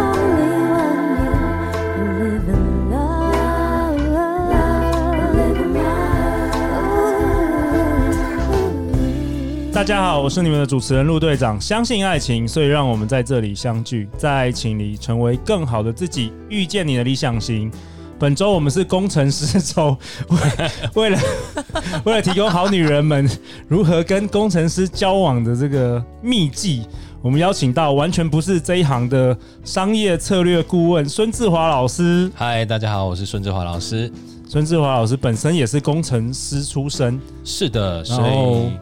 only when you live in love, live in love. 大家好，我是你们的主持人陆队长。相信爱情，所以让我们在这里相聚，在爱情里成为更好的自己，遇见你的理想型。本周我们是工程师周， 为为了为了提供好女人们如何跟工程师交往的这个秘籍，我们邀请到完全不是这一行的商业策略顾问孙志华老师。嗨，大家好，我是孙志华老师。孙志华老师本身也是工程师出身，是的，然所后以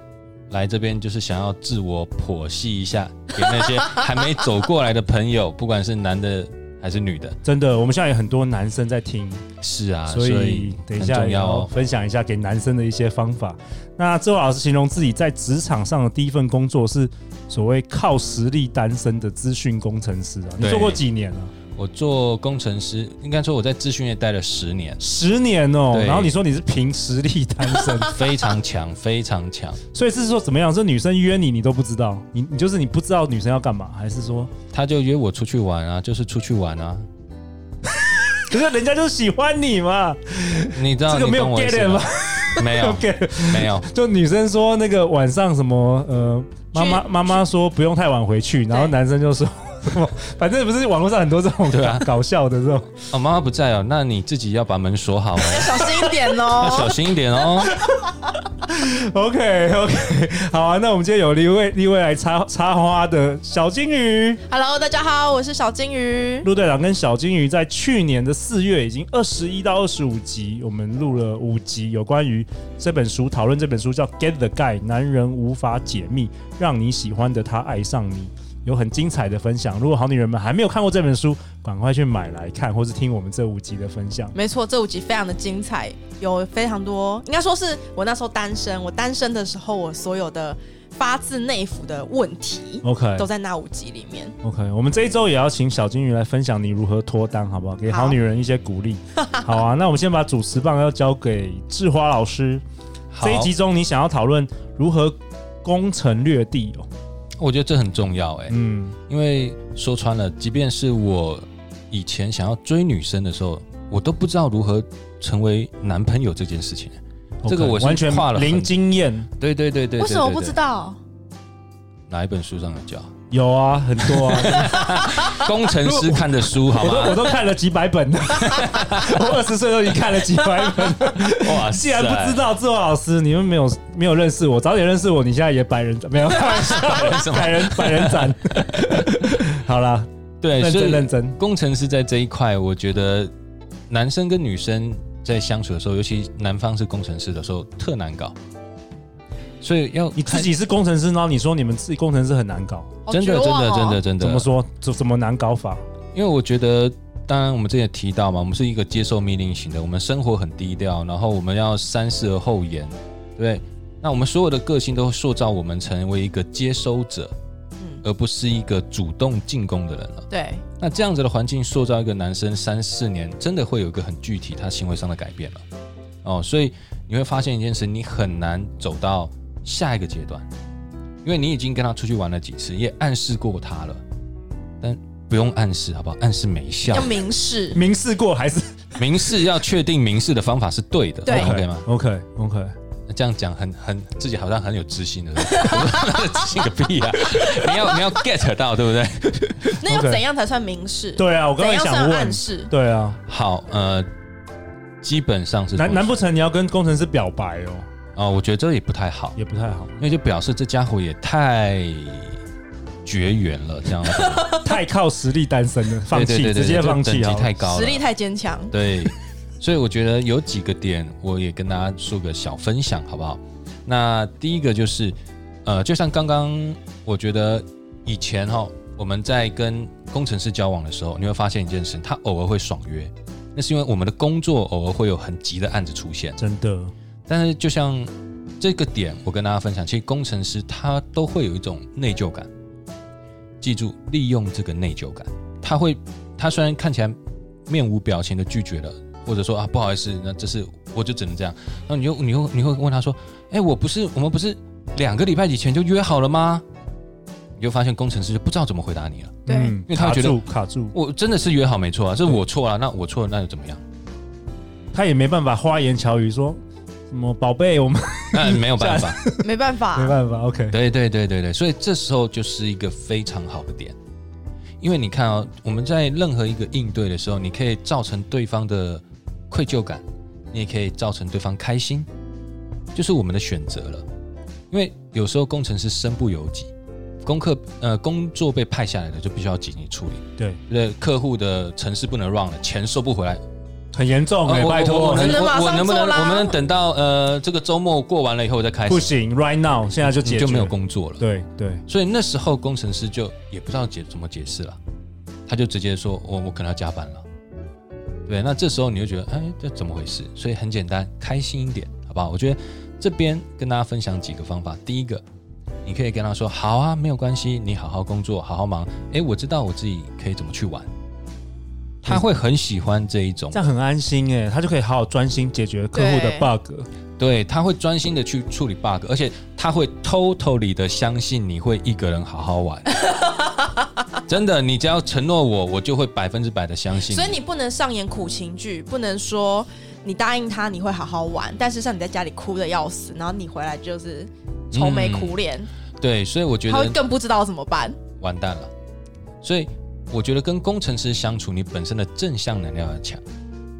来这边就是想要自我剖析一下，给那 些还没走过来的朋友，不管是男的还是女的。真的，我们现在有很多男生在听，是啊，所所以以等很一下重也要要哦。分享一下给男生的一些方法。那志华老师形容自己在职场上的第一份工作是所谓靠实力单身的资讯工程师啊，你对做过几年啊？我做工程师，应该说我在资讯业待了十 年，十年哦、对然后你说你是凭实力单 身，非常强，非常强。所以是说怎么样？这女生约你，你都不知道，你你就是你不知道女生要干嘛，还是说，他就约我出去玩啊，就是出去玩啊。可是人家就喜欢你嘛？你知道这个你没有懂我意 get 思吗？ 没有， OK，没有。就女生说那个晚上什么呃，妈妈去妈妈说不用太晚回去，然后男生就说什么，反正不是网络上很多这种对啊搞搞笑的这种，哦，妈妈不在哦，那你自己要把门锁好哦，小心一点要哦。小心一点哦。 OK OK，好啊，那我们今天有一位一位来插插花的小金鱼， Hello，大家好，我是小金鱼。陆队长跟小金鱼在去年的四月已经二十一到二十五集，我们录了五集有关于这本书，讨论这本书叫《Get the Guy》，男人无法解密，让你喜欢的他爱上你。有很精彩的分享，如果好女人们还没有看过这本书，赶快去买来看，或是听我们这五集的分享。没错，这五集非常的精彩，有非常多，应该说是我那时候单身，我单身的时候，我所有的发自内腑的问题 OK 都在那五集里面。 OK，我们这一周也要请小金鱼来分享你如何脱单，好不好？给好好女人一些鼓励。 好啊，那我们先把主持棒要交给志花老师。好这一集中你想要讨论如何攻城略地哦。我觉得这很重要哎、嗯，因为说穿了，即便是我以前想要追女生的时候，我都不知道如何成为男朋友这件事情。这个嗯 OK，我是完全跨了很零经验，对对对对，为什么对不知？道？对哪一本书上有教？有啊，很多 啊，工程师看的书好 我都我吗？都看了几百 本，我二十岁都已经看了几百本。哇既然不知道志华老师，你们没有没有认识我，早点认识我，你现在也百人没 有开玩笑什么百人百人 斩。好啦，对，认哎所真认以真。工程师在这一块，我觉得男生跟女生在相处的时候，尤其男方是工程师的时候，特难搞。所以要你自己是工程师，然后你说你们自己工程师很难搞，好真绝的真望的哦真的真的怎么说？怎怎么难搞法？因为我觉得，当然我们之前也提到嘛，我们是一个接受命令型的，我们生活很低调，然后我们要三思而后言，对不对？那我们所有的个性都塑造我们成为一个接收者，嗯，而不是一个主动进攻的人了。对，那这样子的环境塑造一个男生三四年，真的会有一个很具体他行为上的改变了。哦，所以你会发现一件事，你很难走到下一个阶段，因为你已经跟他出去玩了几次，也暗示过他了，但不用暗示好不好？暗示没效要，明示。明示过还是明示要确定明示的方法是对的对，OK 吗？ ？OK OK，那这样讲很很自己好像很有自信的，对不对我 说自信个屁啊！你要你要 get 到，对不对？那要 OK 怎样才算明示？，对啊，我刚才怎样想算问暗，示？对啊，好，呃，基本上是难难不不成你要跟工程师表白哦？哦，我觉得这也不太好，也不太好， 因为就表示这家伙也太绝缘了，这样子太靠实力单身了， 放对弃，对对直接对放弃啊等好级太了。高实了，力太坚强。对，所以我觉得有几个点，我也跟大家做个小分享，好不好？那第一个就是，呃，就像刚刚，我觉得以前哈、我们在跟工程师交往的时候，你会发现一件事，他偶尔会爽约，那是因为我们的工作偶尔会有很急的案子出现。真的，但是就像这个点，我跟大家分享，其实工程师他都会有一种内疚感。记住，利用这个内疚感，他会，他虽然看起来面无表情的拒绝了，或者说啊不好意思，那这是我就只能这样。那你就你会你会问他说，哎，我不是我们不是两个礼拜以前就约好了吗？你就发现工程师就不知道怎么回答你了。对嗯因为他卡觉得住卡住，我真的是约好没错啊，这是我错了、那我错了那又怎么样？他也没办法花言巧语说什么宝贝，我们那没有办法，没办 法，没办 法。OK，对对对对对，所以这时候就是一个非常好的点，因为你看哦，我们在任何一个应对的时候，你可以造成对方的愧疚感，你也可以造成对方开心，就是我们的选择了。因为有时候工程师身不由己，功课呃工作被派下来的就必须要紧急处理，对，对客户的城市不能 run 了，钱收不回来，很严重哎，呃我拜我托我能只能我马我上能不能做啦我们能等到呃这个周末过完了以后我再开不始，行，right now 现在就解你决哦嗯就没有工作了。对对，所以那时候工程师就也不知道解怎么解释了，他就直接说：“我我可能要加班了。”对，那这时候你就觉得，哎，这怎么回事？所以很简单，开心一点，好不好？我觉得这边跟大家分享几个方法。第一个，你可以跟他说：“好啊，没有关系，你好好工作，好好忙。哎，我知道我自己可以怎么去玩。”他会很喜欢这一种这，样很安心哎，他就可以好好专心解决客户的对 bug。对，他会专心的去处理 bug，而且他会 totally 的相信你会一个人好好玩。真的，你只要承诺我，我就会百分之百的相信。所以你不能上演苦情剧，不能说你答应他你会好好玩，但是像你在家里哭的要死，然后你回来就是愁眉苦脸，嗯对，所以我觉他会得更不知道怎么办。完蛋了。所以我觉得跟工程师相处，你本身的正向能量要强，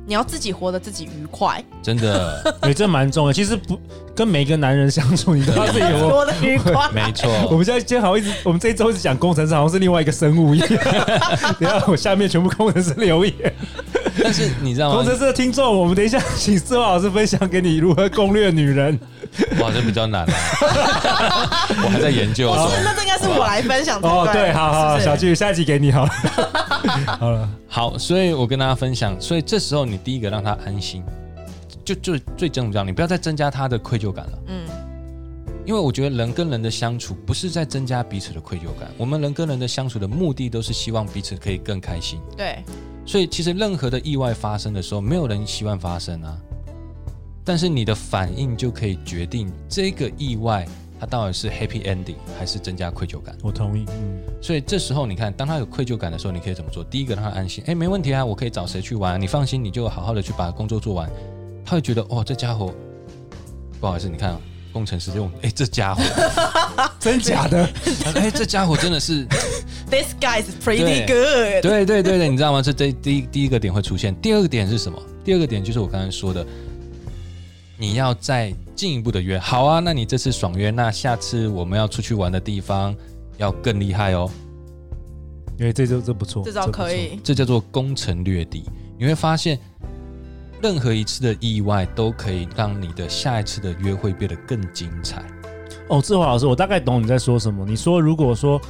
你要自己活得自己愉 快，真的对，这蛮重要。其实不跟每一个男人相处，你都要自己活。活得愉快。没错。我们现在今天好像一直，我们这一周一直讲工程师，好像是另外一个生物 一样。等一下我下面全部工程师留言，但是你知道工吗程？师的听众，我们等一下请思华老师分享给你如何攻略女人。哇，这比较难了、啊我还在研究不中。哦是，那这应该是我来分享 才哦，对，好好，是不是小巨，下一集给你好了。好了，好，所以我跟大家分享，所以这时候你第一个让他安心，就就最重要，你不要再增加他的愧疚感了，嗯，因为我觉得人跟人的相处不是在增加彼此的愧疚感，我们人跟人的相处的目的都是希望彼此可以更开心，对，所以其实任何的意外发生的时候，没有人希望发生啊，但是你的反应就可以决定这个意外它到底是 happy ending 还是增加愧疚感。我同意。嗯，所以这时候你看，当他有愧疚感的时候，你可以怎么做？第一个让他安心，哎，没问题啊，我可以找谁去玩？你放心，你就好好的去把工作做完。他会觉得，哦，这家伙，不好意思，你看、啊，工程师用，哎，这家伙，真假 的？他说哎，这家伙真的是， This guy is pretty 对 good。对对对对，你知道吗？这这第一第一个点会出现，第二个点是什么？第二个点就是我刚才说的，你要再进一步的约，好啊，那你这次爽约，那下次我们要出去玩的地方要更厉害哦。因为这周这不错，这招不错可。以，这叫做攻城略地。你会发现，任何一次的意外都可以让你的下一次的约会变得更精彩。哦，志华老师，我大概懂你在说什么。你说如果说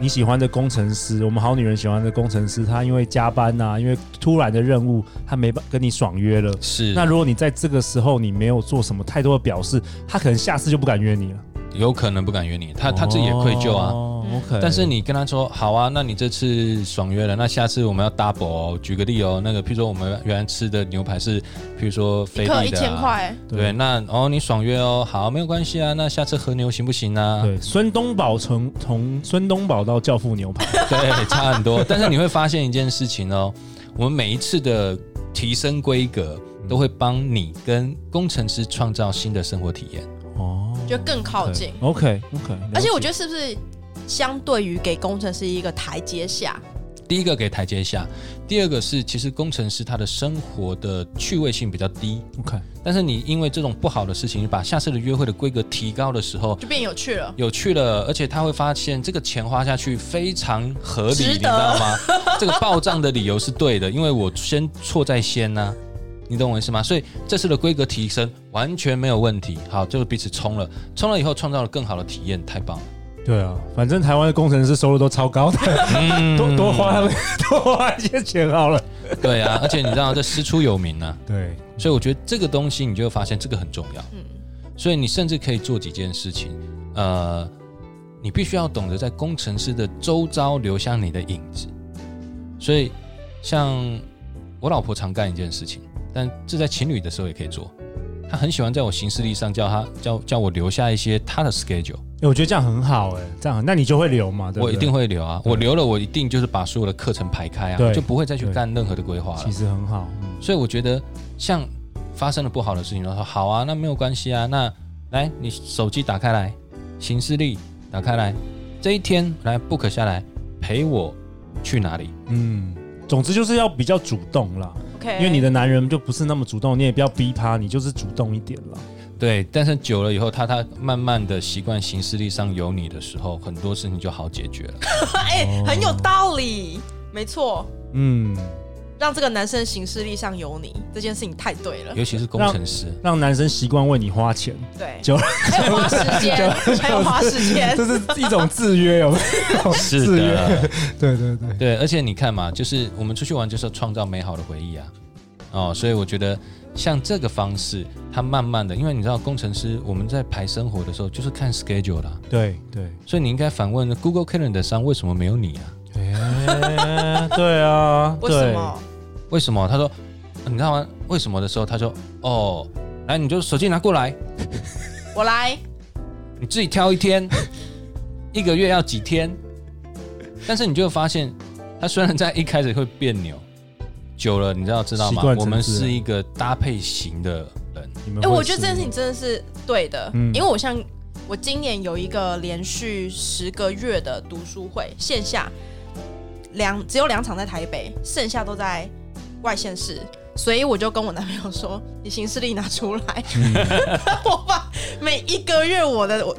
你喜欢的工程师，我们好女人喜欢的工程师，他因为加班呐、因为突然的任务，他没办跟你爽约了。是那如果你在这个时候你没有做什么太多的表示，他可能下次就不敢约你了。有可能不敢约你，他他自己也愧疚啊。哦 OK，但是你跟他说好啊，那你这次爽约了，那下次我们要 double 哦。举个例哦，那个譬如说我们原来吃的牛排是，譬如说一菲克力一的、千啊，块，对，那哦你爽约哦，好没有关系啊，那下次和牛行不行啊？对孙东宝从从孙东宝到教父牛排， 对，差很多。但是你会发现一件事情哦，我们每一次的提升规格，都会帮你跟工程师创造新的生活体验。哦，就更靠近。 OK OK，而且我觉得得是不是相对于给工程师一个台阶下，第一个给台阶下，第二个是其实工程师他的生活的趣味性比较低， OK，但是你因为这种不好的事情，你把下次的约会的规格提高的时候。就变有趣了。有趣了，而且他会发现这个钱花下去非常合理，值得你知道 吗？这个报账的理由是对的，因为我先错在先呢、你懂我意思吗？所以这次的规格提升完全没有问题，好，就是彼此冲了，冲了以后创造了更好的体验，太棒了。对啊，反正台湾的工程师收入都超高的， 多多花他们 多花一些钱好了。 对啊，而且你知道这师出有名呢、啊对，所以我觉得这个东西你就会发现这个很重要。嗯，所以你甚至可以做几件事情，呃，你必须要懂得在工程师的周遭留下你的影子。所以像我老婆常干一件事情，但这在情侣的时候也可以做。她很喜欢在我行事历上叫她叫叫我留下一些她的 schedule，欸我觉得这样很好哎、这样很那你就会留嘛，对不我对？一定会留啊。对我留了，我一定就是把所有的课程排开啊，对就不会再去对干任何的规划了其。实很好，嗯，所以我觉得，像发生了不好的事情，然后说好啊，那没有关系啊，那来你手机打开来，行事历打开来，这一天来 book 下来，陪我去哪里？嗯，总之就是要比较主动啦， OK，因为你的男人就不是那么主动，你也不要逼他，你就是主动一点啦。对，但是久了以后，他他慢慢的习惯行事历上有你的时候，很多事情就好解决了。哎、哦很有道理，没错，嗯，让这个男生行事历上有你这件事情太对了，尤其是工程师，让男生习惯为你花钱，对，就还有花时间，还有花时间这，是一种制约，有没 有？是制约，的，对对对，对，而且你看嘛，就是我们出去玩就是要创造美好的回忆啊，哦，所以我觉得像这个方式，它慢慢的，因为你知道工程师我们在排生活的时候就是看 schedule 啦，对对，所以你应该反问 Google Calendar 上为什么没有你啊？哎，对啊， 为什么？为什么？他说，你知道吗？为什么的时候，他说，哦，来你就手机拿过来，我来，你自己挑 一天，一个月要几天？但是你就会发现，它虽然在一开始会别扭，久了你知道知道习吗惯？啊成我们自然是一个搭配型的人，对？你们哎、会我觉得这件是事情真的是对的，嗯因为我像我今年有一个连续十个月的读书会，线下两只有两场在台北，剩下都在外县市。所以我就跟我男朋友说：“你行事历拿出来，嗯 我把每一个月我的我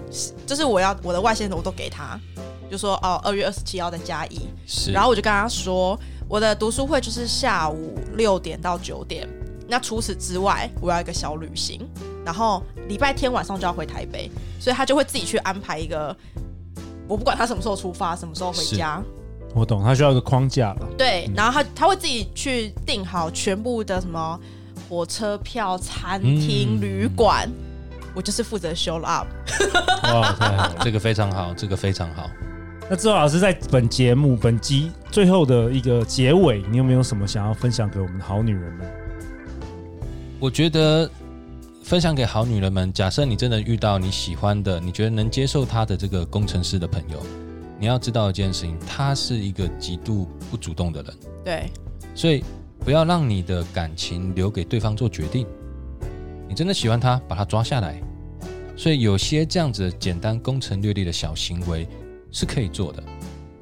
就是我要我的外线的我都给他，就说哦，二月二十七要在嘉义，是，然后我就跟他说，我的读书会就是下午六点到九点，那除此之外，我要一个小旅行，然后礼拜天晚上就要回台北，所以他就会自己去安排一个，我不管他什么时候出发，什么时候回是嗯家，我懂，他需要一个框架了。对，然后他他会自己去订好全部的什么火车票、餐厅、嗯旅馆，我就是负责 show up。哇，太好了。呃这个非常好，这个非常好。那志豪老师在本节目本集最后的一个结尾，你有没有什么想要分享给我们的好女人们？我觉得分享给好女人们，假设你真的遇到你喜欢的，你觉得能接受他的这个工程师的朋友，你要知道一件事情，他是一个极度不主动的人。对，所以不要让你的感情留给对方做决定。你真的喜欢他，把他抓下来。所以有些这样子的简单攻城略地的小行为是可以做的。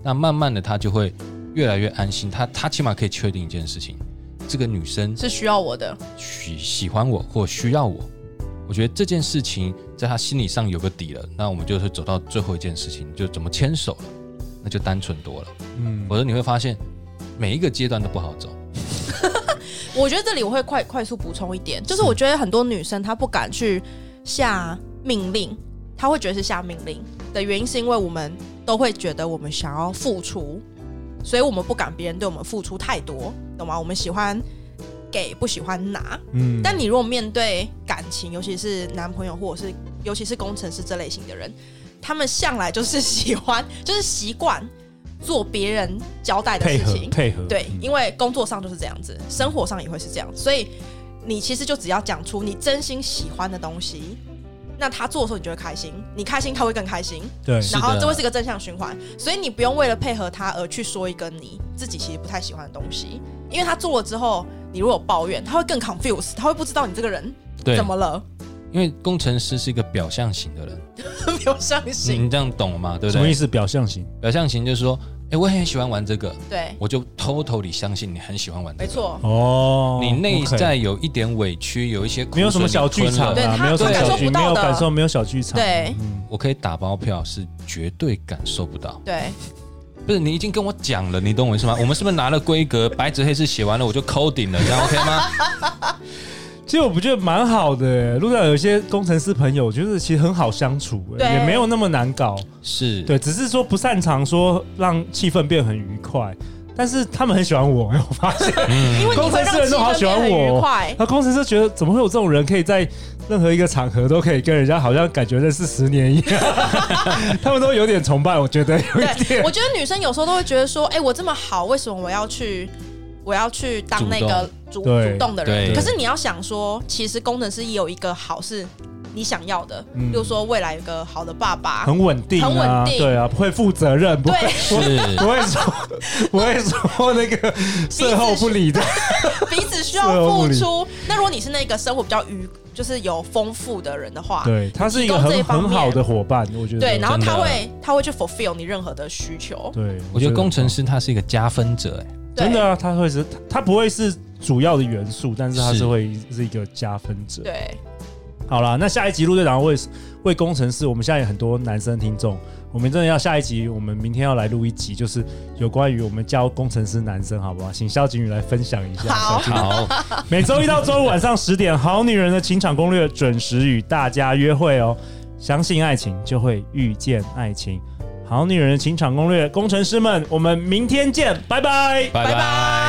那慢慢的他就会越来越安心，他他起码可以确定一件事情：这个女生是需要我的，喜喜欢我或需要我。我觉得这件事情在他心理上有个底了，那我们就是走到最后一件事情，就怎么牵手了，那就单纯多了。嗯，否则你会发现每一个阶段都不好走。我觉得这里我会快快速补充一点，就是我觉得很多女生她不敢去下命令，她会觉得是下命令的原因，是因为我们都会觉得我们想要付出，所以我们不敢别人对我们付出太多，懂吗？我们喜欢给，不喜欢拿。嗯但你如果面对感情，尤其是男朋友或者是尤其是工程师这类型的人，他们向来就是喜欢，就是习惯做别人交代的配事合情，配合，对，嗯因为工作上就是这样子，生活上也会是这样，所以你其实就只要讲出你真心喜欢的东西，那他做的时候你就会开心，你开心他会更开心，对是然后的这会是一个正向循环，所以你不用为了配合他而去说一个你自己其实不太喜欢的东西，因为他做了之后，你如果有抱怨，他会更 confused，他会不知道你这个人对，怎么了，因为工程师是一个表象型的人，没有上你心，你这样懂吗？对不什么意对？思？表象型，表象型就是说，哎、我很喜欢玩这个， 对，我就偷偷地相信你很喜欢玩这没个。错，哦，你内 OK 在有一点委屈，有一些苦没有什么小剧场水啊，你吞了对他没有什么他感小受剧，不到没有的感受，没有小剧场，对嗯，我可以打包票，是绝对感受不到。对，不是你已经跟我讲了，你懂我意思吗？我们是不是拿了规格，白纸黑字写完了，我就扣顶了，这样 OK 吗？其实我不觉得蛮好的欸，路上有一些工程师朋友，就是其实很好相处欸，对也没有那么难搞，是，对，只是说不擅长说让气氛变很愉快，但是他们很喜欢我，欸我发现。因为你工会程让师人气都好氛喜欢变得很愉我快， 那工程师觉得怎么会有这种人可以在任何一个场合都可以跟人家好像感觉认识十年一样， 他们都有点崇拜，我觉得有一对，点我觉得女生有时候都会觉得说，哎、我这么好，为什么我要去？我要去当那个主对主动的对人。可是你要想说，其实工程师也有一个好是你想要的，嗯比如说未来有个好的爸爸，很稳定、啊，很稳定对啊，会负责任，不会对是不会说不会说那 个事后不理的， 彼此需 要付出。那如果你是那个生活比较愉，就是有丰富的人的话，对他是一个提供这很一方面很好的伙伴，我觉得对，然后真的他会他会去 fulfill 你任何的需求。对，我觉得工程师他是一个加分者，哎，对真的啊，他会是他他不会是主要的元素，但是他是是会是一个加分者。对，好啦，那下一集陆队长为为工程师，我们现在有很多男生听众，我们真的要下一集，我们明天要来录一集，就是有关于我们教工程师男生，好不好？请萧景宇来分享一下。好萧敬宇好， 每周一到周五晚上十点，《好女人的情场攻略》准时与大家约会哦。相信爱情，就会遇见爱情。《好女人的情场攻略》，工程师们，我们明天见，拜拜。拜拜拜。